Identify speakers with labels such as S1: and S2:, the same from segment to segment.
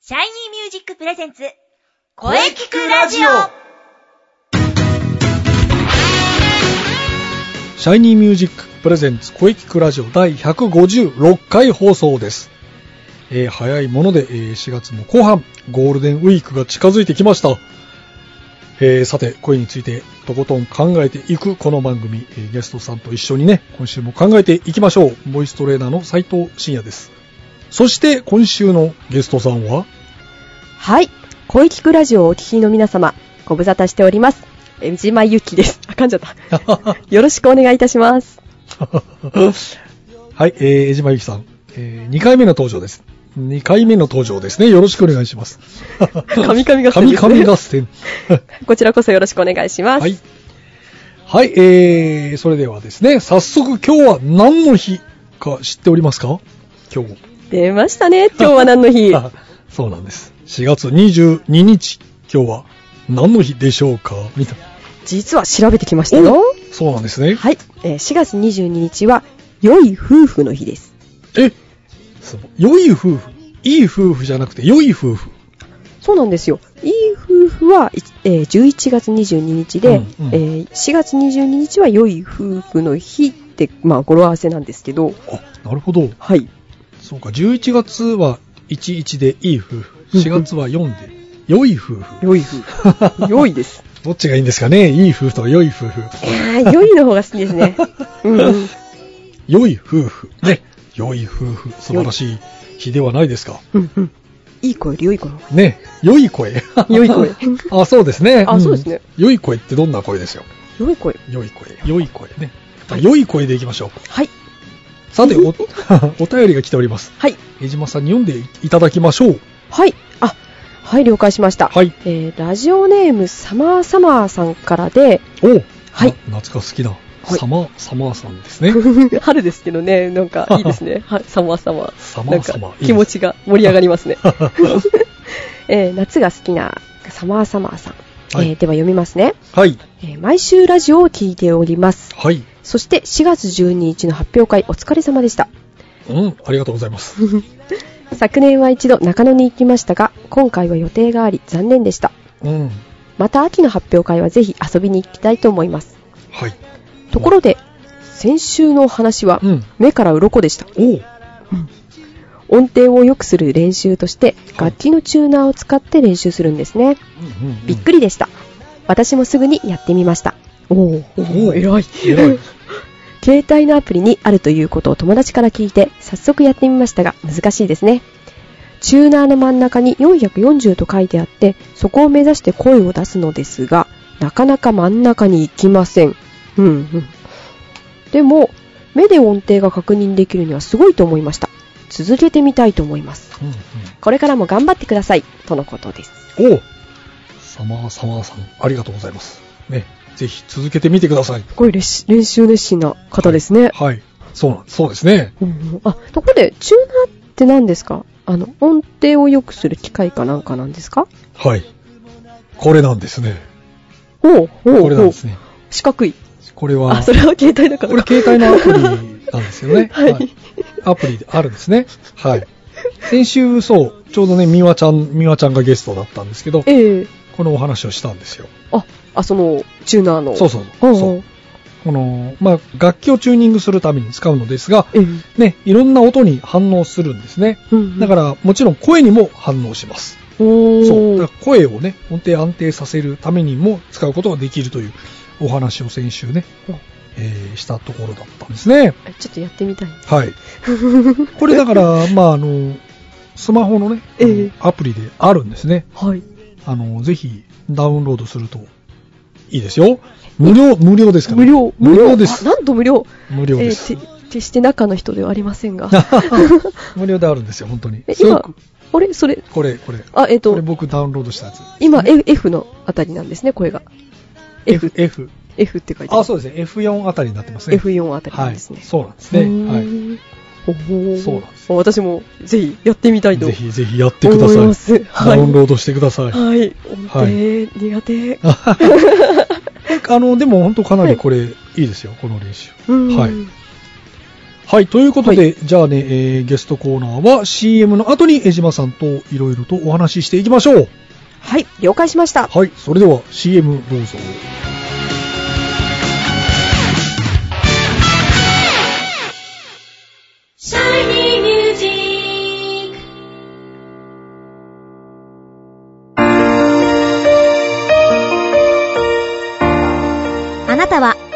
S1: シャイニーミュージックプレゼンツ、
S2: 声聞くラジオ
S3: シャイニーミュージックプレゼンツ声聞くラジオ第156回放送です。えー早いもので、えー4月も後半、ゴールデンウィークが近づいてきました。えーさて、声についてとことん考えていくこの番組、えーゲストさんと一緒にね、今週も考えていきましょう。ボイストレーナーの斉藤慎也です。そして、今週のゲストさんは、
S4: はい。声聞くラジオをお聞きの皆様、ご無沙汰しております。え、三島由紀です。あかんじゃった。 よろしくお願いいたします。
S3: はい、えー、江島由紀さん、え2回目の登場です。2回目の登場ですね。よろしくお願いします。
S4: 神々合戦ですね
S3: 神々合戦。
S4: こちらこそよろしくお願いします。
S3: はい。はい、えー、それではですね、早速今日は何の日か知っておりますか今日。
S4: 出ましたね。今日は何 の日
S3: あそうなんです。4月22日、今日は何の日でしょうかみたいな。
S4: 実は調べてきましたよ。
S3: そうなんですね。
S4: はい。えー4月22日は、良い夫婦の日です。
S3: えそう良い夫婦。いい夫婦じゃなくて、良い夫婦。
S4: そうなんですよ。いい夫婦は、いえー11月22日で、
S3: うんうん
S4: えー4月22日は良い夫婦の日って、まあ、語呂合わせなんですけど、
S3: あ、なるほど。
S4: はい。
S3: そうか、11月は11でいい夫婦。4月は4で良い夫婦。
S4: 良い夫 婦。良いです。
S3: どっちがいいんですかねいい夫婦と良い夫婦。
S4: ああ、良いの方が好きで すね。うんうん。
S3: 良い夫婦。ね。良い夫婦。素晴らしい日ではないですか。
S4: うんうん。いい声より良い声の方が。
S3: ね。良い声。
S4: 良い声
S3: あ、そうですね。
S4: あそうですね
S3: ん良い声ってどんな声ですよ。
S4: 良い声。
S3: 良い声。良い声ね。あ良い声でいきましょう。
S4: はい。
S3: さて、お、 お便りが来ております。
S4: はい。
S3: 江島さんに読んでいただきましょう。
S4: はい。あ、はい、了解しました。
S3: はい
S4: えー、ラジオネームサマーサマーさんから で、
S3: おう
S4: はい。
S3: な夏が好きな、
S4: い
S3: サマー、サマーさんですね。
S4: 春ですけどね、なんかいいで すね。はサマーサマー。
S3: サマーサマー
S4: なん
S3: いい
S4: か
S3: です
S4: 気持ちが盛り上がります ね。 えー、夏が好きなサマーサマーさん。
S3: はい
S4: えー、では読みますね、
S3: はい。
S4: えー毎週ラジオを聞いております。
S3: はい。
S4: そして4月12日の発表会お疲れ様でした。
S3: うん、ありがとうございます。
S4: 昨年は一度中野に行きましたが今回は予定があり残念でした
S3: うん。
S4: また秋の発表会はぜひ遊びに行きたいと思います
S3: はい。
S4: ところで先週のお話は
S3: うん
S4: 目から鱗でした
S3: おう
S4: 音程を良くする練習として楽器のチューナーを使って練習するんですね
S3: うんうんうん
S4: びっくりでした私もすぐにやってみましたお
S3: おお
S4: 偉い
S3: 偉い
S4: 携帯のアプリにあるということを友達から聞いて早速やってみましたが難しいですねチューナーの真ん中に440と書いてあってそこを目指して声を出すのですがなかなか真ん中に行きませんうんうんでも目で音程が確認できるにはすごいと思いました続けてみたいと思います
S3: うんうん
S4: これからも頑張ってくださいとのことです
S3: おうサマーサマーさん、ありがとうございます。ね、ぜひ続けてみてください。
S4: すごい練習練習熱心な方ですね、
S3: はい。そうなん、そうですね。
S4: うんうんあ、ところで、チューナーって何ですかあの、音程を良くする機械かなんかなんですか
S3: はい。これなんですね。
S4: おう、おう、
S3: これなん
S4: おう
S3: ですね。
S4: 四角い。
S3: これは
S4: あ、、それは携帯だか
S3: こ
S4: ら
S3: れ
S4: か。
S3: 携帯のアプリなんですよね。
S4: はい
S3: アプリであるんですね。はい。先週、そう、ちょうどね、みわちゃん、みわちゃんがゲストだったんですけど、
S4: ええ
S3: このお話をしたんですよ。
S4: あ、あ、その、チューナーの。
S3: そうそう
S4: お
S3: そう。
S4: う
S3: そ
S4: お
S3: う
S4: う。
S3: この、まあ、楽器をチューニングするために使うのですが、
S4: ええ
S3: ね、いろんな音に反応するんですね。
S4: うんうん
S3: だから、もちろん声にも反応します。
S4: おー
S3: そう。だから声をね、音程安定させるためにも使うことができるというお話を先週ね、えーしたところだったんですね。
S4: あちょっとやってみたい。
S3: はい。これだから、まあ、あの、スマホのね、
S4: ええ
S3: アプリであるんですね。
S4: はい。
S3: あの、ぜひダウンロードするといいですよ。無料、無料ですから、
S4: 無料、
S3: 無料です
S4: あ。なんと無料。
S3: 無料です。
S4: えーて決して中の人ではありませんが。
S3: 無料であるんですよ、本当に
S4: え。
S3: すご
S4: 今
S3: く、
S4: あれそれ、
S3: これ、これ。
S4: あ、えっ、
S3: ことれ、僕ダウンロードしたやつ。
S4: 今、F- F のあたりなんですね、声が。F、
S3: F。
S4: F って書いてある。
S3: あ、そうですね。F4 あたりになってますね。
S4: F4 あたりなんですね。
S3: はい。そうなんですね。は
S4: ね。はい。
S3: そうなんで
S4: 私もぜひやってみたい
S3: い。
S4: と
S3: ぜ
S4: 思
S3: ひぜひやってくだ
S4: い
S3: さい
S4: ま。す。は
S3: ダ
S4: い。
S3: ウンロードしてくだ さい。
S4: はい。
S3: は
S4: はいい。苦手。
S3: あの、でも本当かなりこれ、いいですよ、この練習。
S4: うん
S3: はい。はい、ということで、じゃあね、えーゲストコーナーは CM の後に江島さんといろいろとお話ししていきましょう。
S4: はい、了解しました。
S3: はい、それでは CM どうぞ。
S2: あなたは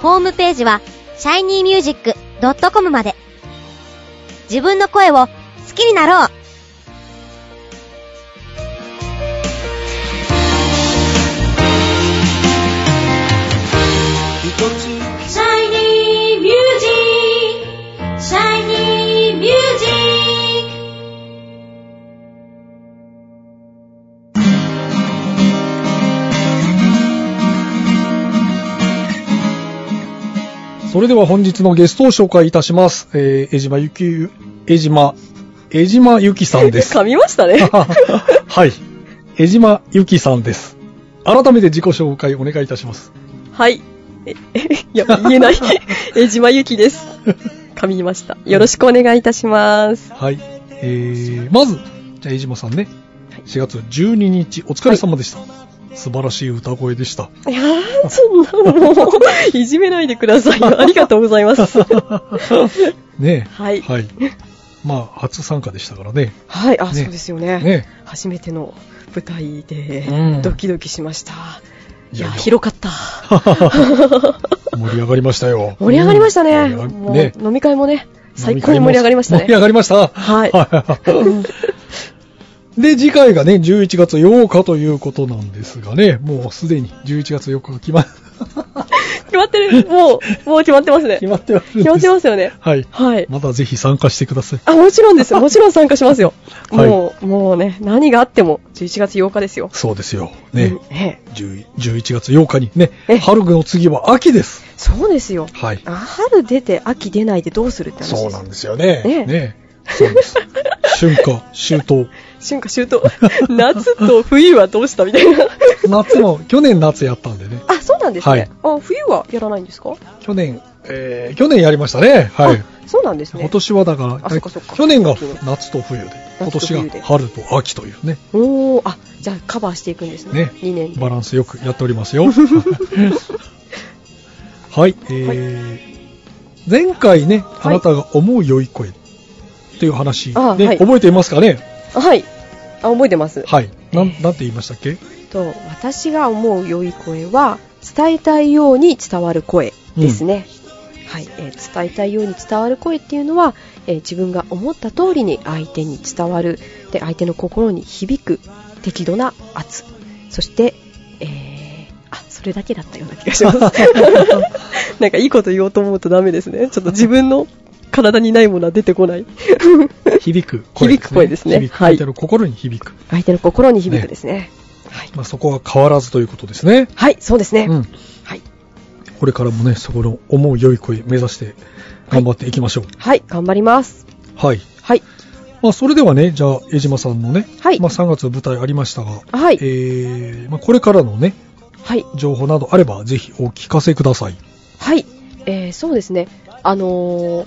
S2: ホームページは shinymusic.com まで自分の声を好きになろう
S1: シャイニーミュージックシャイニーミュージッ
S3: それでは本日のゲストを紹介いたします。えー、江島ゆき、江島、江島ゆきさんで す。
S4: 噛みましたね。
S3: はい。江島ゆきさんです。改めて自己紹介お願いいたします。
S4: はい。え、えいや、言え ない。江島ゆきです。噛みました。よろしくお願いいたします。
S3: はい。えー、まず、じゃあ江島さんね。4月12日、お疲れ様でした。素晴らしい歌声でした。
S4: いやー、そんなもう、いじめないでくださいよ。ありがとうございます。
S3: ねえ。
S4: はい
S3: はい。まあ、初参加でしたからね。
S4: はい、あ、
S3: ね
S4: そうですよね
S3: ね
S4: 初めての舞台
S3: う
S4: で
S3: ん、
S4: ドキドキしました。い
S3: い
S4: や
S3: やいや
S4: ー、広かった。
S3: 盛り上がりましたよ。
S4: 盛り上がりましたね。
S3: うん
S4: もう
S3: ね
S4: 飲み会もね、最高に盛り上がりました
S3: 盛り
S4: ね。
S3: 上がりました。
S4: はい
S3: い。で、次回がね、11月8日ということなんですがね、もうすでに11月8日が決 ま
S4: 決まってる。もう、もう決まってますね
S3: 決。まってはいるんです。
S4: 決まってますよね。
S3: はい。
S4: はい。
S3: まだぜひ参加してください。
S4: あ、もちろ んです。もちろん参加しますよ。
S3: はい
S4: もう、もうね、何があっても11月8日ですよ。
S3: そうですよ。ね
S4: うん。ええ
S3: 10 11月8日にね
S4: え、
S3: 春の次は秋です。
S4: そうですよ。
S3: はい。
S4: あ春出て秋出ないでどうするって話です。
S3: そうなんですよね。
S4: ね
S3: ね。そうです。春夏秋冬。
S4: 春夏秋冬。夏と冬はどうしたみたいな。
S3: 夏も、去年夏やったんでね。
S4: あ、そうなんですね。あ、冬はやらないんですか
S3: 去年、えー、去年やりましたね。はい。
S4: あそうなんですね。
S3: 今年はだから、
S4: あそっかそっか
S3: 去年が夏と冬で、今
S4: 夏と冬で
S3: 年が春と秋というね、
S4: おー、あ、じゃあカバーしていくんですね。
S3: ね
S4: 2年で。
S3: バランスよくやっております よ。はい、えー前回ね、あなたが思う良い声っていう話、ね
S4: あはい
S3: 覚えていますかね
S4: あはい。あ、覚えてます。
S3: はい。なん、なんて言いましたっけ
S4: と私が思う良い声は伝えたいように伝わる声ですね、はいえー伝えたいように伝わる声っていうのは、えー自分が思った通りに相手に伝わるで相手の心に響く適度な圧そして、えーあそれだけだったような気がします なんかいいこと言おうと思うとダメですねちょっと自分の体にないものは出てこない
S3: 響く声、
S4: 響く声ですね
S3: 響く
S4: はい
S3: 相手の心に響く。
S4: 相手の心に響くですねはい、
S3: まあ、そこは変わらずということですね。
S4: はい、そうですね、
S3: うん。
S4: はい
S3: これからもね、そこの思う良い声目指して頑張っていきましょう。
S4: はい、頑張ります
S3: はい。
S4: はい
S3: まあ、それではね、じゃあ、江島さんのね、
S4: はい
S3: まあ、3月舞台ありましたが、
S4: はい、
S3: えーまあ、これからのね、
S4: はい、
S3: 情報などあれば、ぜひお聞かせください。
S4: はい、えー、そうですね、あのー、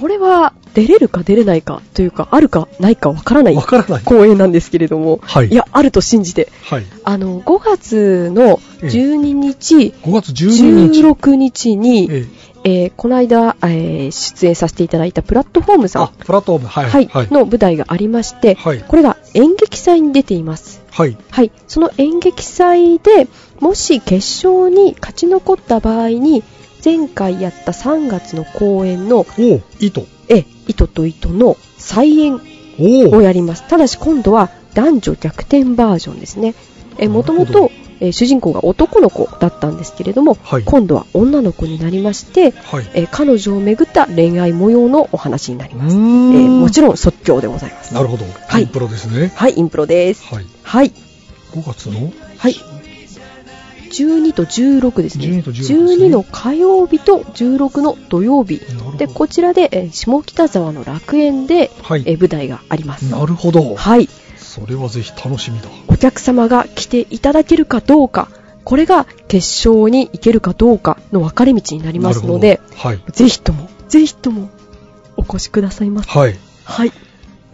S4: これは出れるか出れないかというか、あるかないかわからない
S3: わからない。
S4: 公演なんですけれども、
S3: はい
S4: や、あると信じて、
S3: はい。
S4: あの5月の
S3: ええ
S4: 12日、
S3: 5月12日。
S4: 16日に、え
S3: ええ
S4: ーこの間、えー出演させていただいたプラットフォームさん
S3: あ、、プラットフォーム。はい。
S4: はい
S3: はい。
S4: の舞台がありまして、
S3: はい
S4: これが演劇祭に出ています。
S3: はい。
S4: はい、その演劇祭でもし決勝に勝ち残った場合に前回やった3月の公演の
S3: おう、糸。
S4: え糸と糸の再演
S3: お
S4: を
S3: う。
S4: やりますただし今度は男女逆転バージョンですねえもとも
S3: なるほ
S4: とえー主人公が男の子だったんですけれども、
S3: はい
S4: 今度は女の子になりまして、
S3: はい。
S4: えー彼女をめぐった恋愛模様のお話になります、え
S3: ー
S4: ーもちろん即興でございます
S3: なるほど。
S4: はい
S3: インプロですね。
S4: はいインプロです
S3: はい。
S4: はい
S3: 5月の
S4: はい12と16ですね
S3: 12と16ですね
S4: 12の火曜日と16の土曜日
S3: なるほど
S4: でこちらで、えー下北沢の楽園で、
S3: はい
S4: えー舞台があります
S3: なるほど。
S4: はい
S3: それはぜひ楽しみだ。
S4: お客様が来ていただけるかどうかこれが決勝に行けるかどうかの分かれ道になりますので
S3: なるほど。はい。
S4: ぜひともぜひともお越しくださいませ
S3: はい。
S4: はい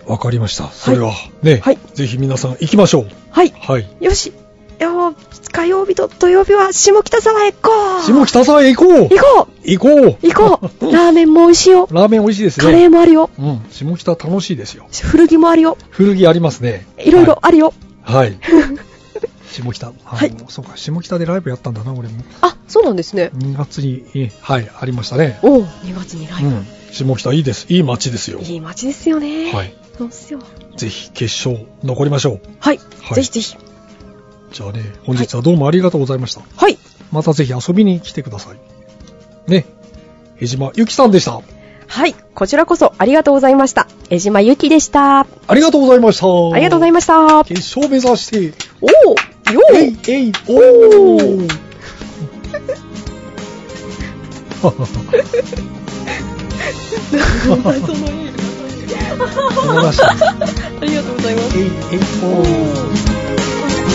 S3: わかりました。それは、ね、
S4: はい
S3: ぜひ皆さん行きましょう。
S4: はい
S3: はい。
S4: よしよー火曜日と土曜日は下北沢へ行こう
S3: 下北沢へ行こう
S4: 行こ
S3: 行こ
S4: う行こ うラーメンも美味しいよ
S3: う ラーメン美味しいですね。
S4: カレーもあるよ
S3: うん。下北楽しいですよ。
S4: 古着もあるよ
S3: 古着ありますね。
S4: いろいろあるよ、
S3: はい。はい。下北。は
S4: はい
S3: い。そうか、下北でライブやったんだな、俺も。
S4: あそうなんですね
S3: 2月に、えはい、ありましたね。
S4: おお2月にライ
S3: うん。下北いいです。いい街ですよ
S4: ブ、。いい街ですよね
S3: はい。
S4: そうっすよ
S3: ぜひ決勝残りましょう。
S4: はい、
S3: はい
S4: ぜひぜひ
S3: じゃあね、本日はどうもありがとうございました。
S4: はい
S3: またぜひ遊びに来てください。ね。江島ゆきさんでした。
S4: はい、こちらこそありがとうございました。江島ゆきでした。あ
S3: ありがとうございました。あ
S4: りがとうございました。おー
S3: 決勝目指して、
S4: よ
S3: え
S4: ー
S3: いえいお ー素晴らしい。
S4: ありがとうございます。
S3: えいえいおー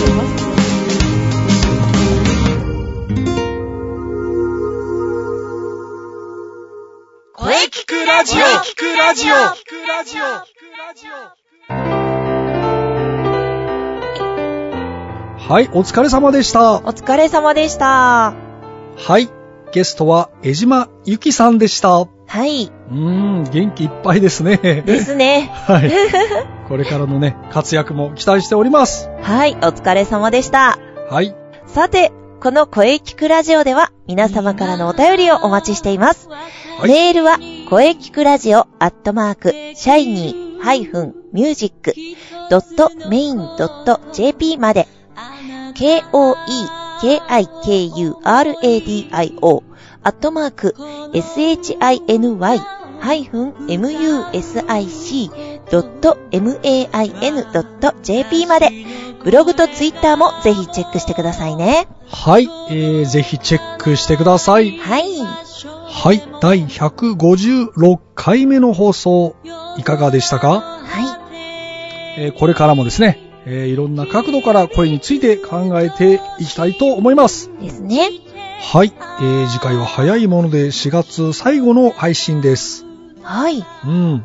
S1: 声聞くラジオ聞くラジオ
S3: はい、お疲れ様でした。
S5: お疲れ様でした。
S3: はい、ゲストは江島ゆきさんでした。う
S5: はい。
S3: ーん、元気いっぱいですね。
S5: で すね。
S3: はい。これからのね、活躍も期待しております。
S5: はい。お疲れ様でした。
S3: はい。
S5: さて、この声聞くラジオでは皆様からのお便りをお待ちしています。
S3: い
S5: メールは、声聞くラジオアットマーク、シャイニー -music.main.jp まで、k-o-e-k-i-k-u-r-a-d-i-o アットマーク、shiny-music.main.jp まで、ブログとツイッターもぜひチェックしてくださいね。
S3: はい、えー、ぜひチェックしてください。
S5: はい。
S3: はい、第156回目の放送、いかがでしたか、
S5: は
S3: えーこれからもですね、えーいろんな角度から声について考えていきたいと思います。
S5: い。ですね。
S3: はい、えー、次回は早いもので4月最後の配信です。
S5: はい。
S3: うん。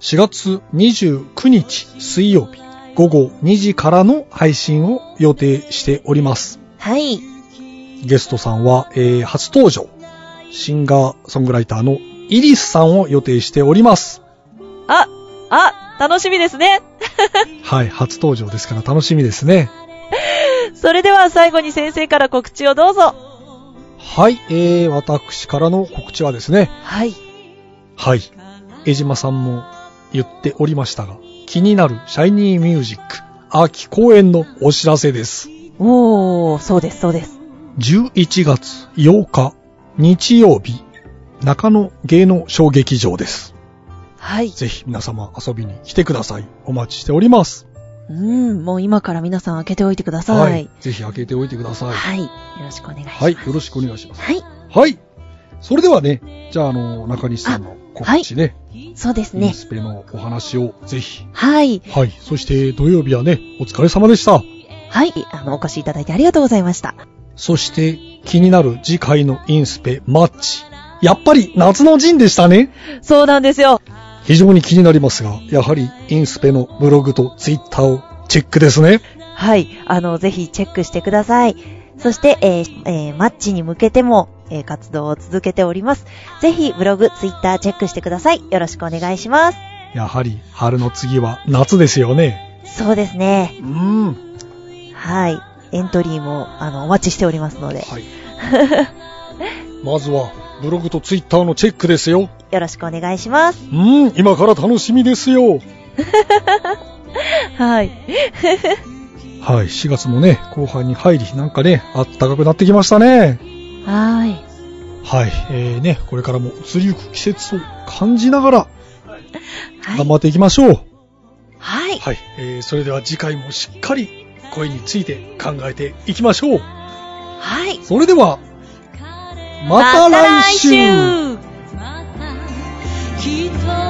S3: 4月29日水曜日午後2時からの配信を予定しております。
S5: はい。
S3: ゲストさんは、えー初登場。シンガーソングライターのイリスさんを予定しております。
S5: あ、あ、楽しみですね。
S3: はい、初登場ですから楽しみですね。
S5: それでは最後に先生から告知をどうぞ。
S3: はい、えー、私からの告知はですね、
S5: はい。
S3: はい。江島さんも言っておりましたが、気になるシャイニーミュージック秋公演のお知らせです。
S5: おー、そうです、そうです。
S3: 11月8日日曜日、中野芸能小劇場です。
S5: はい。
S3: ぜひ皆様遊びに来てください。お待ちしております。
S5: うん、もう今から皆さん開けておいてくださ。
S3: はいい。ぜひ開けておいてください。
S5: はい。よろしくお願いします。
S3: はい。よろしくお願いします。
S5: はい。
S3: はい。それではね、じゃあ、あの、中西さんの告知ね、
S5: そうです
S3: イン
S5: ね。
S3: スペのお話をぜひ。
S5: はい。
S3: はい。そして土曜日はね、お疲れ様でした。
S5: はい。あの、お越しいただいてありがとうございました。
S3: そして気になる次回のインスペマッチ。やっぱり夏の陣でしたね。
S5: そうなんですよ。
S3: 非常に気になりますが、やはりインスペのブログとツイッターをチェックですね。
S5: はい。あの、ぜひチェックしてください。そして、えーえーマッチに向けても、えー活動を続けております。ぜひ、ブログ、ツイッターチェックしてください。よろしくお願いします。
S3: やはり春の次は夏ですよね。
S5: そうですね。
S3: うん。は
S5: はい。エントリーも、あの、お待ちしておりますので、
S3: い。 まずはブログとツイッターのチェックですよ。
S5: よろしくお願いします。
S3: うん、今から楽しみですよ。
S5: はい。
S3: はい、4月もね、後半に入り、なんかね、あったかくなってきましたね。
S5: はーい。
S3: はい、えーね、これからも移りゆく季節を感じながら、
S5: は
S3: 頑
S5: い。
S3: 張っていきましょう。はい、
S5: はい。
S3: えーそれでは次回もしっかり声について考えていきましょう。
S5: はい。
S3: それでは、また来週
S5: また来週
S1: またきっと